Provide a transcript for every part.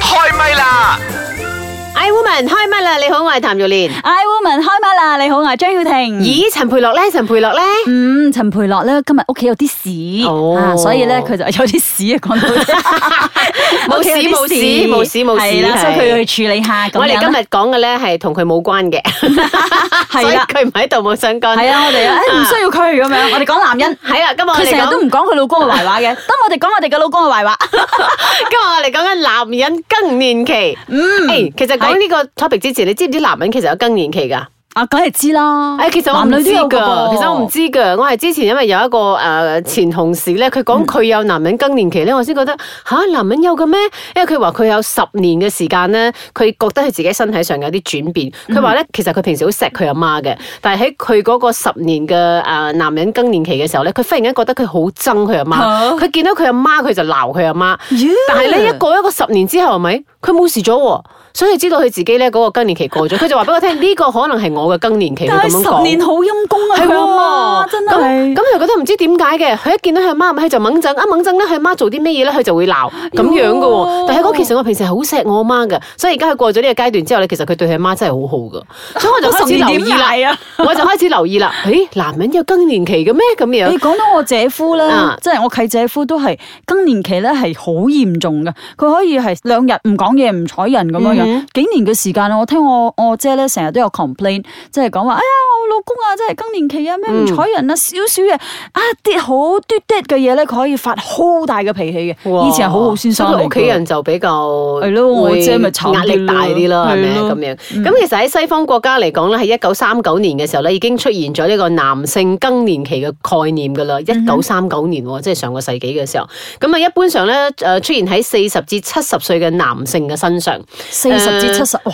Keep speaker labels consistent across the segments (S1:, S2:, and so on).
S1: 開唛啦！
S2: I woman 開唛啦！你好，我係譚玉蓮。
S3: I Woman 開唛啦！你好，我係張曉婷。
S2: 咦，陳培樂咧？陳培樂咧？
S3: 嗯，陳培樂咧今日屋企有啲事，
S2: 哦
S3: 啊所以咧佢就有啲事啊講 到
S2: 冇事
S3: 屋企有啲
S2: 冇事冇事冇事
S3: 係啦，
S2: 係
S3: 所以佢要去處理下咁啊
S2: 我哋
S3: 樣
S2: 今 日
S3: 啦
S2: 講嘅咧係同佢冇關 嘅，所以
S3: 係啦，
S2: 佢唔喺度冇相干。
S3: 係啊，我哋啊誒唔需要佢咁樣，我哋講男人，
S2: 係啊，今日我
S3: 佢
S2: 哋
S3: 成日都
S2: 講，
S3: 唔講佢老公嘅壞 話嘅，等我哋講我哋嘅老公嘅壞話。
S2: 今日我哋講緊男人更年期。
S3: 嗯
S2: 誒，其實講呢個 topic 之前，你知唔知男人其實有更年期㗎？
S3: 啊，梗係知啦。
S2: 哎誒，其實我唔
S3: 男女
S2: 知
S3: 都有
S2: 㗎，
S3: 㗎噃
S2: 其實我唔知㗎。我係之前因為有一個誒、呃前同事咧，佢
S3: 嗯
S2: 講佢有男人更年期咧，我先覺得吓，男人有嘅咩？因為佢話佢有十年嘅時間咧，佢覺得佢自己身體上有啲轉變。
S3: 嗯
S2: 佢話咧，其實佢平時好錫佢阿媽嘅，但係喺佢嗰個十年嘅誒、呃男人更年期嘅時候咧，佢忽然間覺得佢好憎佢阿媽，
S3: 嚇
S2: 佢見到佢阿媽佢就鬧佢阿媽。
S3: Yeah
S2: 但係咧一過一個十年之後係咪？佢冇事咗喎。所以知道佢自己咧嗰個更年期過咗，佢就話俾我聽呢個可能係我嘅更年期，佢
S3: 但
S2: 咁
S3: 係
S2: 樣
S3: 十
S2: 講
S3: 年。好陰功啊，
S2: 係
S3: 佢阿媽真
S2: 咁
S3: 係。
S2: 咁又覺得唔知點解嘅，佢一見到佢媽，佢就掹憎，一掹憎咧，佢媽做啲咩嘢咧，佢就會鬧
S3: 哎
S2: 咁樣嘅喎。
S3: 喲
S2: 但係嗰其實我平時係好錫我阿媽嘅，所以而家佢過咗呢個階段之後咧，其實佢對佢媽真係好好嘅，所以我就開始留意
S3: 十年點捱
S2: 啦
S3: 啊，
S2: 我就開始留意啦。誒，男人有更年期嘅咩咁樣
S3: 你？講到我姐夫咧
S2: 啊，
S3: 即係我契姐夫都係嗯更年期咧係好嚴重嘅，佢可以係兩日唔講嘢唔睬人咁樣樣，
S2: 嗯
S3: 幾年嘅時間啊！我聽我我姐咧成日都有 complain，即係講話哎呀我老公啊，真係更年期啊咩
S2: 嗯
S3: 唔睬人啊少少嘢啊啲好嘟嘟嘅嘢咧，佢可以發好大嘅脾氣嘅，以前係好好先生
S2: 所以佢
S3: 嚟嘅
S2: 屋企人就比較
S3: 係咯我
S2: 會
S3: 姐咪慘啲咯
S2: 壓力大啲啦，係咪
S3: 係咯嗯
S2: 咁樣？咁其實喺西方國家嚟講咧，喺一九三九年嘅時候咧，已經出現咗呢個男性更年期嘅概念噶
S3: 嗯
S2: 啦。一九三九年喎，即係上個世紀嘅時候，咁啊一般上咧誒出現喺四十至七十歲嘅男性嘅身上。
S3: 四十至七十哇，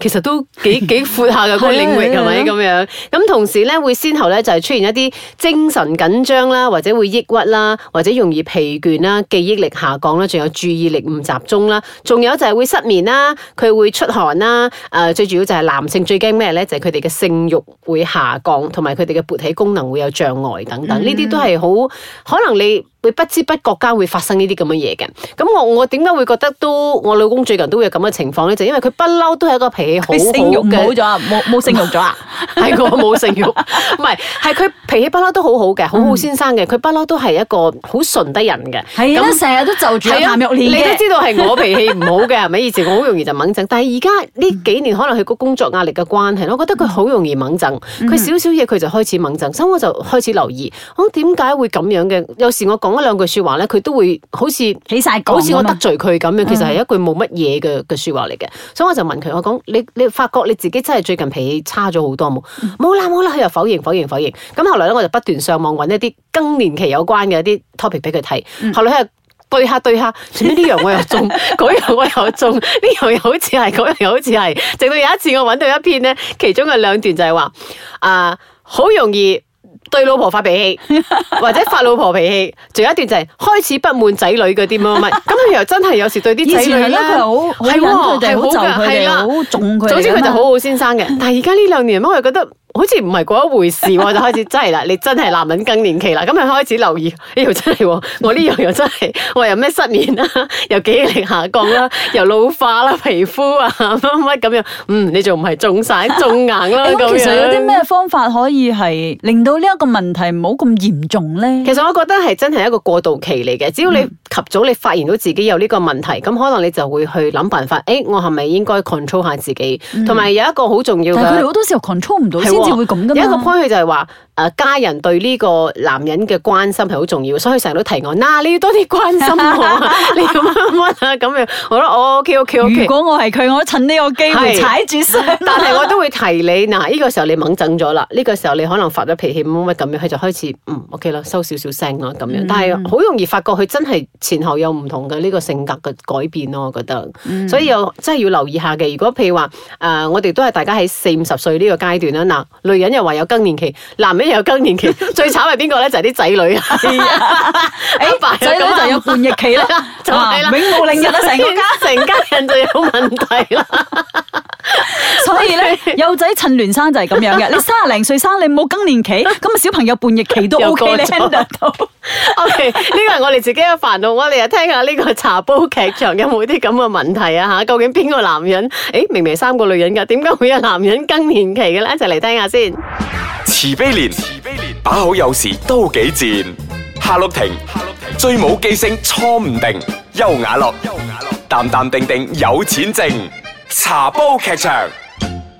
S2: 其實都 幾幾闊下嘅嗰個領域
S3: 係啊
S2: 係咪
S3: 係啊
S2: 咁樣？咁同時咧會先後咧就係出現一啲精神緊張啦，或者會抑鬱啦，或者容易疲倦啦、記憶力下降啦，仲有注意力唔集中啦，仲有就係會失眠啦，佢會出汗啦。誒、最主要就係男性最驚咩咧？就係佢哋嘅性慾會下降，同埋佢哋嘅勃起功能會有障礙等
S3: 嗯
S2: 等。呢啲、都係好可能你。會不知不覺間會發生呢啲咁嘅嘢嘅，咁我我點解會覺得都我老公最近都會有咁嘅情況咧？就因為佢不嬲都係一個脾氣好好
S3: 佢性慾唔好
S2: 嘅，
S3: 咗啊，冇冇性慾咗啊，
S2: 係我冇性慾，唔係係佢脾氣不嬲都好好嘅，好
S3: 嗯
S2: 好先生嘅，佢不嬲都係一個好順得人嘅。
S3: 係 啦，
S2: 咁
S3: 成日都就住阿
S2: 係啊
S3: 譚玉蓮
S2: 你
S3: 嘅
S2: 都知道係我脾氣唔好 嘅，係咪？以前我好容易就掹憎，但係而家呢幾年可能佢個工作壓力嘅關係，我覺得佢
S3: 嗯
S2: 好容易掹憎，佢少少嘢佢就開始掹憎，所以我就開始留意，我點解會咁樣嘅？有時我講一兩句説話咧，佢都會好似。
S3: 起晒
S2: 好似
S3: 槓
S2: 我
S3: 咁啊
S2: 得罪嗯佢咁樣，其實係一句冇乜嘢嘅嘅説話嚟嘅，所以我就問佢，我講你你發覺你自己真係最近脾氣差咗好多冇？冇啦冇啦，佢又否認否認否認。咁後來咧，我就不斷上網揾一啲更年期有關嘅一啲 topic 俾佢睇，後來佢又。對下對 下，做咩呢樣我又 中，嗰樣我又中，呢樣又好似係，嗰樣又好似係。直到有一次我揾到一篇咧，其中嘅兩段就係話，啊、好容易對老婆發脾氣， 或者發老婆脾氣。仲有一段就係開始不滿仔女嗰啲乜 乜乜，咁佢又真係有時對啲仔
S3: 以前
S2: 女咧，
S3: 係咧，佢好
S2: 係
S3: 好忍佢
S2: 喎
S3: 哋，好就佢
S2: 係
S3: 哋，
S2: 啦
S3: 好重佢哋㗎嘛。
S2: 總之佢就好好先生 嘅，但係而家呢兩年我又覺得。好似唔係嗰一回事喎，我就開始真係啦，你真係男人更年期啦，咁咪開始留意，呢度真係 喎，我呢樣又真係，我又咩失眠啦，又記憶力下降啦，又老化啦，皮膚啊乜乜咁樣，嗯，你仲唔係中晒中硬啦
S3: 誒。
S2: 咁
S3: 咁其實有啲
S2: 樣
S3: 咩方法可以係令到呢一個問題唔好咁嚴重咧？
S2: 其實我覺得係真係一個過渡期嚟嘅，
S3: 嗯
S2: 只要你及早你發現到自己有呢個問題，咁可能你就會去諗辦法。誒、我係咪應該 control 下自己？同埋、有一個好重要
S3: 嗯但
S2: 嘅，
S3: 係佢哋好多時候 control 唔到，
S2: 係
S3: 先
S2: 喎
S3: 至會咁噶嘛。
S2: 有一個 point 佢就係話，誒、家人對呢個男人嘅關心係好重要，所以佢成日都提我，嗱、你要多啲關心我 啊，你要乜乜啊咁樣。我覺得我 OK OK
S3: 如
S2: OK。
S3: 果我係佢，我趁呢個機會
S2: 係
S3: 踩住上。
S2: 但係我都會提你，嗱，呢個時候你猛整咗啦，呢、個時候你可能發咗脾氣乜乜咁樣，佢就開始嗯 OK 啦，收少少聲啦咁樣。但係好容易發覺佢真係前後有唔同嘅呢個性格嘅改變咯，我覺得。所以又真係要留意下嘅。如果譬如話誒、呃我哋都係大家喺四五十歲呢個階段啦，嗱，女人又話有更年期，男人又有更年期，最慘係邊個咧？就係啲仔女啊！ 阿爸，
S3: 誒，仔女就有叛逆期啦
S2: 就係啦
S3: 啊 啊永無寧日啦，成個家。
S2: 成家人就有問題啦。
S3: 所 所以咧，有仔趁亂生就係咁樣嘅。你三十零歲生，你冇更年期，咁啊小朋友叛逆期都
S2: 又
S3: OK，
S2: 過
S3: 你
S2: 咗
S3: handle 得到。
S2: OK，呢個係我哋自己嘅煩惱。我哋又聽下呢個茶煲劇場有冇啲咁嘅問題啊吓？究 竟邊個男人？诶，明明係三個女人㗎，點解會有男人更年期嘅咧？一齊嚟聽下先。
S1: 慈悲莲，慈悲莲，把好有時都幾賤。夏綠庭，夏綠庭，最冇記性錯唔定。優雅樂，優雅樂，淡淡定定有錢剩。茶煲劇場。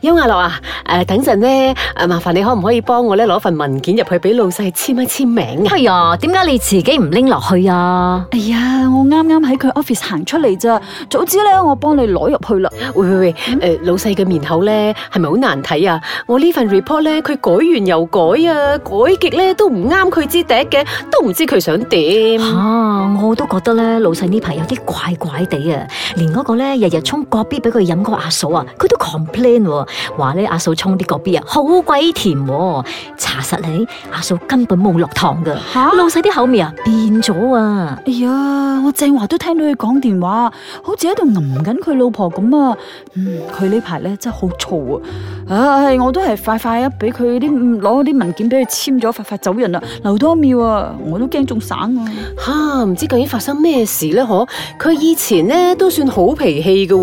S2: 邱亞樂啊，诶、等陣咧，诶，麻煩你可唔可以幫我咧攞份文件入去俾老細簽一簽名啊？
S4: 哎呀，點解你自己唔拎落去啊？
S3: 哎呀，我啱啱喺佢 office 行出嚟咋，早知咧我幫你攞入去啦。
S2: 喂喂喂，诶、老細嘅面口咧係咪好難睇啊？我呢份 report 咧，佢改完又改啊，改極咧都唔啱佢支笛嘅，都唔知佢想點。
S4: 啊，我都覺得咧，老細呢排有啲怪怪地啊，連嗰個咧日日沖葛 B 俾佢飲嗰個阿嫂啊，佢都 complain 喎，話咧阿嫂沖啲葛 B 啊好鬼甜喎，查實你阿嫂根本冇落糖噶，
S3: 嚇
S4: 老細啲口味啊變咗啊！
S3: 哎呀，我正話都聽到佢講電話，好似喺度吟緊佢老婆咁啊。嗯，佢呢排咧真係好燥啊。唉、我都係快快啊，俾佢啲攞啲文件俾佢簽咗，快快走人啦，留多一秒啊，我都驚中省啊。
S2: 吓，唔、知究竟發生咩事咧？嗬，佢以前咧都算好脾氣嘅、喎，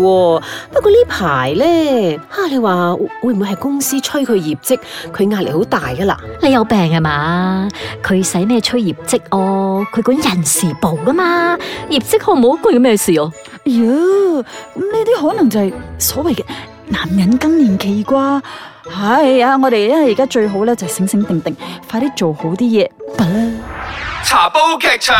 S2: 不過呢排咧，吓、你話會唔會係公司催佢業績，佢壓力好大噶啦？
S4: 你有病啊嘛？佢使咩催業績哦？佢管人事部噶嘛，業績好唔好關佢咩事哦、
S3: 哎呀，咁呢啲可能就係所謂嘅男人更年期啩。係啊，我哋因為而家最好咧就係醒醒定定，快啲做好啲嘢。
S1: 茶煲劇場。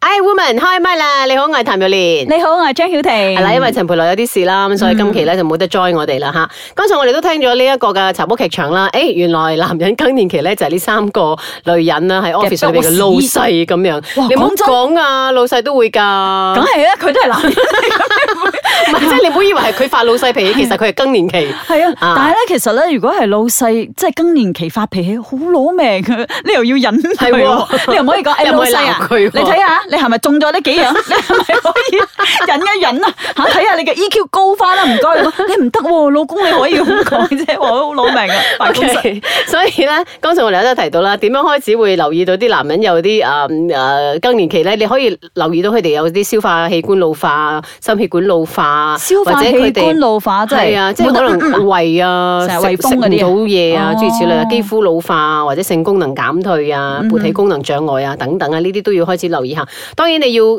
S2: 哎，woman 開麥啦！你好，我係譚玉蓮。
S3: 你好，我係張曉婷。
S2: 係啦，因為陳培樂有啲事啦，咁所以今期咧就冇得 join 我哋啦吓。剛才我哋都聽咗呢一個嘅茶煲劇場啦，诶，原來男人更年期咧就係呢三個女人啦，喺 office 裏边嘅老細咁
S3: 哇
S2: 樣。你唔好
S3: 講真
S2: 講啊，老細都會
S3: 梗
S2: 㗎。
S3: 係啦，佢都係男 人。
S2: 唔係，即係你唔好以為係佢發老細脾氣，其實佢係更年期。
S3: 係啊，
S2: 啊
S3: 但係咧，其實咧，如果係老細即係更年期發脾氣，好攞命 嘅，你又要忍佢
S2: 係
S3: 喎，
S2: 喎
S3: 你又唔可以 講誒
S2: 又唔
S3: 老
S2: 可以
S3: 細
S2: 鬧
S3: 啊，
S2: 佢喎
S3: 你睇下你係咪中咗呢幾 樣？你係咪可以忍一忍啊？嚇，睇下你嘅 EQ 高翻啦，唔該咁，你唔得喎，老公你可以咁講啫，我好攞命啊，辦公室。
S2: OK，所以咧，剛才我哋都提到啦，點樣開始會留意到啲男人有啲誒誒更年期咧？你可以留意到佢哋有啲消化器官老化、心血管老化，
S3: 消化
S2: 或者佢哋
S3: 器官老化即係
S2: 係啊，即係
S3: 冇得嗯
S2: 可能胃啊、
S3: 成日
S2: 食
S3: 胃風嗰啲啊
S2: 食唔到嘢啊，
S3: 哦
S2: 諸如此類啊，肌膚老化或者性功能減退啊、
S3: 嗯
S2: 勃起功能障礙啊等等啊，呢啲都要開始留意下。當然你要誒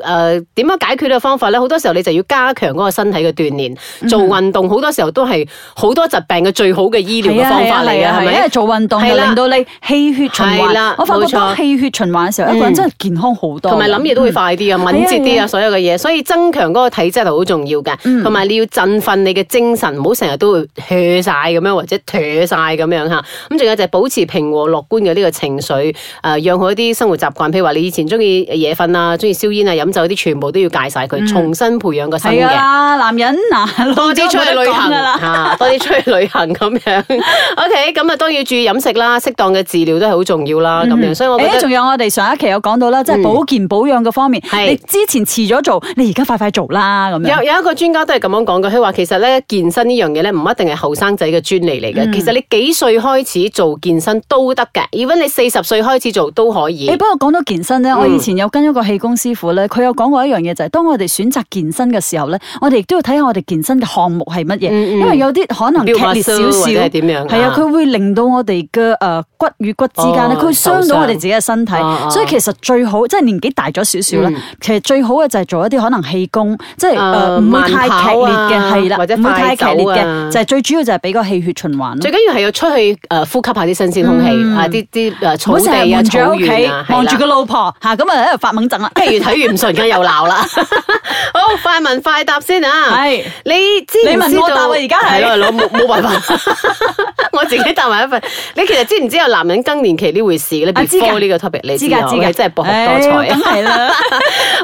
S2: 點樣解決嘅方法咧？好多時候你就要加強嗰個身體嘅鍛
S3: 嗯
S2: 鍊，做運動好多時候都係好多疾病嘅最好嘅醫療嘅
S3: 啊
S2: 方法嚟嘅，係咪？
S3: 因為做運動
S2: 係
S3: 又
S2: 啦
S3: 令到你氣血循
S2: 係
S3: 環
S2: 啦。
S3: 我發覺
S2: 冇錯
S3: 當氣血循環嘅時候，一個
S2: 嗯
S3: 人真係健康好多。
S2: 同埋諗嘢都會快啲啊，敏捷
S3: 係啊
S2: 啲
S3: 係啊
S2: 啊，所有嘅嘢，所以增強嗰個體質係好重要
S3: 嗯
S2: 嘅。同埋你要振奮你嘅精神，唔好成日都會怯晒咁樣，或者退晒咁樣嚇。咁仲有就係保持平和樂觀嘅呢個情緒，呃誒，養好一啲生活習慣，譬如話你以前中意夜瞓啊、中意燒煙啊、飲酒啲，全部都要戒晒佢，重新培養個新
S3: 嗯係
S2: 嘅。
S3: 啊，男人嗱，
S2: 多啲出去旅行
S3: 啦。
S2: 嚇， 多啲出去旅行咁樣。OK，咁啊當然要注意飲食啦，適當嘅治療都係好重要啦。咁樣，所以我覺
S3: 嗯誒
S2: 得
S3: 仲有我哋上一期有講到啦，即係
S2: 嗯
S3: 保健保養嘅方面，
S2: 係
S3: 你之前遲咗做，你而家快快做啦咁
S2: 有
S3: 樣。
S2: 有一個專家都係咁樣講嘅，佢話其實咧健身呢樣嘢咧唔一定係後生仔嘅專利嚟嘅，
S3: 嗯
S2: 其實你幾歲開始做健身都得嘅，even 你四十歲開始做都可以
S3: 誒，。不過講到健
S2: 嗯
S3: 身咧，我以前有跟一個氣功師傅咧，佢有講過一樣嘢，就係當我哋選擇健身嘅時候咧，我哋亦都要睇下我哋健身嘅項目係乜嘢，
S2: 嗯嗯
S3: 因為有啲可能劇
S2: Build
S3: 烈少
S2: muscle
S3: 少，
S2: 或者係點樣
S3: 係啊
S2: 啊，
S3: 佢會令到我哋嘅誒骨與骨之間咧，
S2: 哦
S3: 佢會傷
S2: 受
S3: 到
S2: 傷
S3: 我哋自己嘅身體
S2: 哦，哦
S3: 所以其實最好即係年紀大咗少少咧
S2: 嗯，
S3: 其實最好嘅就係做一啲可能氣功，即係誒
S2: 誒
S3: 唔會
S2: 慢
S3: 太劇
S2: 跑
S3: 烈
S2: 啊
S3: 嘅，係啦，
S2: 或者
S3: 唔會
S2: 快
S3: 太劇
S2: 走
S3: 烈
S2: 啊
S3: 嘅，就係最主要就係俾個氣血循環咯
S2: 最緊要係要出去誒呼吸下啲新鮮空氣，啊啲啲誒
S3: 嗯唔
S2: 草
S3: 好成日
S2: 地啊、
S3: 望住喺
S2: 草
S3: 屋企
S2: 原啊，，係
S3: 望
S2: 啦
S3: 住個老婆嚇，咁啊喺度發 猛震啦。
S2: 譬如睇完唔順嘅又鬧啦。好，快問快答先啊！
S3: 係
S2: 你知唔
S3: 你
S2: 知
S3: 問我
S2: 道？
S3: 答啊而家
S2: 係
S3: 係
S2: 咯係咯，冇冇辦法， 我自己答埋一份。你其實知唔知有男人更年期呢回事咧
S3: 啊知㗎
S2: ？before 呢個 topic，你
S3: 知
S2: 㗎
S3: 㗎知㗎，
S2: 真係博學多才
S3: 唉梗
S2: 啊！
S3: 係啦。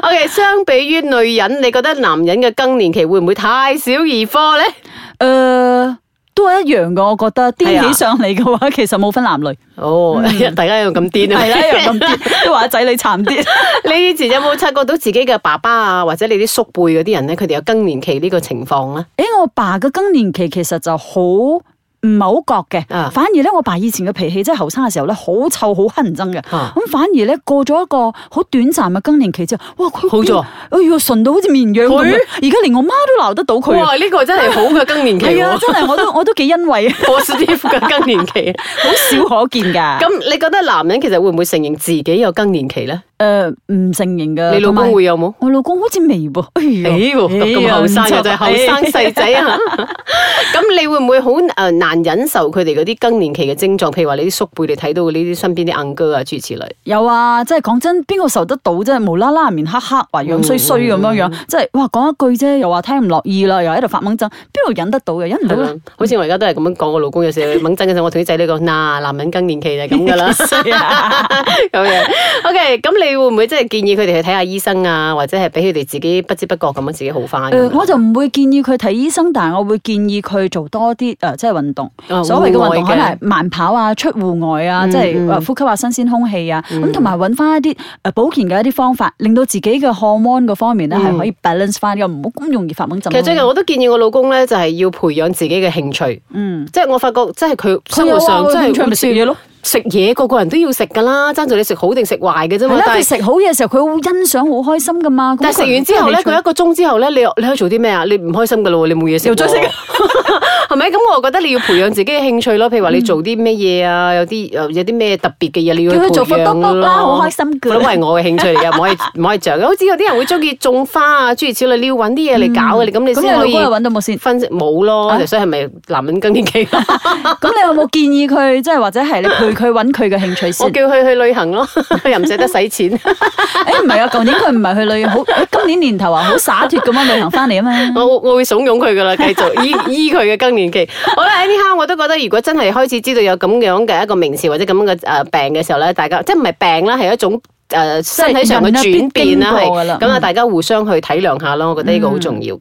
S2: OK，相比於女人，你覺得男人嘅更年期會唔會太少兒科咧？
S3: 誒。呃都係一樣噶，我覺得
S2: 係啊
S3: 癲起上嚟嘅話，其實冇分男女，
S2: 哦， 大家又咁癲啊！
S3: 嗯係啦，一樣咁癲，都話仔女慘啲。
S2: 你以前有冇察覺到自己嘅爸爸啊，或者你啲叔輩嗰啲人咧，佢哋有更年期呢個情況咧？
S3: 诶，我爸嘅更年期其實就好唔係好覺嘅，
S2: 啊
S3: 反而咧我爸以前嘅脾氣，即係後生嘅時候咧，好臭好乞人憎嘅。咁、
S2: 啊
S3: 反而咧過咗一個好短暫嘅更年期之後，哇佢
S2: 好咗
S3: 哎呀純到好似綿羊咁
S2: 佢
S3: 樣，而家連我媽都鬧得到佢啊。
S2: 哇！呢個真係好嘅更年期
S3: 係啊，
S2: 喎
S3: 真係我都我都幾欣 慰，
S2: ，positive 嘅更 年期。
S3: 好少可見㗎。
S2: 咁你覺得男人其實會唔會承認自己有更年期咧？
S3: 诶，呃唔承認㗎。
S2: 你老
S3: 同埋
S2: 公會有冇？
S3: 我老公好似未噃， 哎呀，哎
S2: 哎喎，咁後生嘅就係後生細仔啊！ 咁你會唔會好誒難忍受佢哋嗰啲更年期嘅症狀？譬如話你啲叔輩，你睇到呢啲身邊啲硬哥啊，諸如此 類。
S3: 有啊，即係講真，邊個受得到啫？無啦啦面黑黑，話樣衰衰咁樣
S2: 嗯
S3: 樣，即係哇講一句啫，又話聽唔落意啦，又喺度發掹憎，邊度忍得到嘅？忍唔到
S2: 係
S3: 啦
S2: 啦。，好似我而家都係咁樣講，我老公有時掹憎嘅時候，我同啲仔女講：嗱，男人更年期就係咁噶啦， 咁樣。OK，咁你會唔會即係建議佢哋去睇下醫生啊，或者係俾佢哋自己不知不覺咁樣自己好翻？
S3: 誒，呃我就唔會建議佢睇醫生，但係我會建議佢做多啲誒、呃即係運動。
S2: 啊
S3: 所謂嘅
S2: 戶
S3: 運動
S2: 外
S3: 可能係慢跑啊、出戶外啊，
S2: 嗯
S3: 即係
S2: 嗯
S3: 呃呼吸下新鮮空氣啊，咁同埋揾翻一啲誒保健嘅一啲方法，令到自己嘅荷爾蒙嗰方面咧係可以 balance 翻，又唔好咁容易發掹
S2: 嗯
S3: 疹。
S2: 其實最近我都建議我老公咧，就係要培養自己嘅興趣。
S3: 嗯，
S2: 即係我發覺，即係佢生活上
S3: 佢有啊
S2: 真係
S3: 興趣咪食嘢咯，
S2: 食嘢個個人都要食㗎啦，爭在你食好定食壞嘅啫
S3: 係
S2: 嘛
S3: 啦，。
S2: 但
S3: 佢
S2: 係
S3: 食好嘢嘅時候，佢好欣賞、好開心噶嘛。咁
S2: 但係食完之後咧，佢一個鐘之後咧，你你可以做啲咩啊？你唔開心㗎咯喎，你冇嘢食喎。
S3: 又再食
S2: 係咪？咁我覺得你要培養自己嘅興趣咯，譬如話你做啲咩嘢 啊，有啲有啲咩特別嘅嘢你要去
S3: 叫佢做
S2: 培養
S3: photo book 啦
S2: 咯
S3: 好開心㗎
S2: 我都係我嘅興趣嚟嘅，唔可以唔可以着。好似有啲人會中意種花啊，諸如此類，你要揾啲嘢嚟搞嘅，你咁你
S3: 嗯咁你
S2: 先
S3: 老
S2: 可
S3: 公
S2: 以
S3: 又揾到冇 先？
S2: 分析冇咯。
S3: 啊
S2: 所以係咪男人更年期？
S3: 咁你有冇建議佢，即係或者係你陪佢揾佢嘅興趣先
S2: 我？叫佢去旅行咯， 又唔捨得使錢。
S3: 誒唔係啊，舊年佢唔係去旅行，好誒今年年頭啊，好灑脱咁樣旅行翻嚟啊嘛。
S2: 我我會慫恿佢噶 啦，繼續醫醫佢嘅更年期。好啦，anyhow 我都覺得，如果真係開始知道有咁樣嘅一個名詞或者咁樣嘅誒病嘅時候咧，大家即係唔係病啦，係一種。呃誒、身體上嘅轉變啦，
S3: 人啊必經過㗎啦
S2: 係咁啊！大家互相去體諒下咯，我覺得呢個好重要嘅。